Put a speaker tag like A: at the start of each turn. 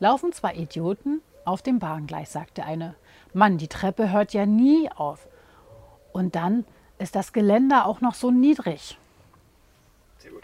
A: laufen zwei Idioten auf dem Bahngleis, sagte eine. Mann, die Treppe hört ja nie auf. Und dann ist das Geländer auch noch so niedrig.
B: Sehr gut.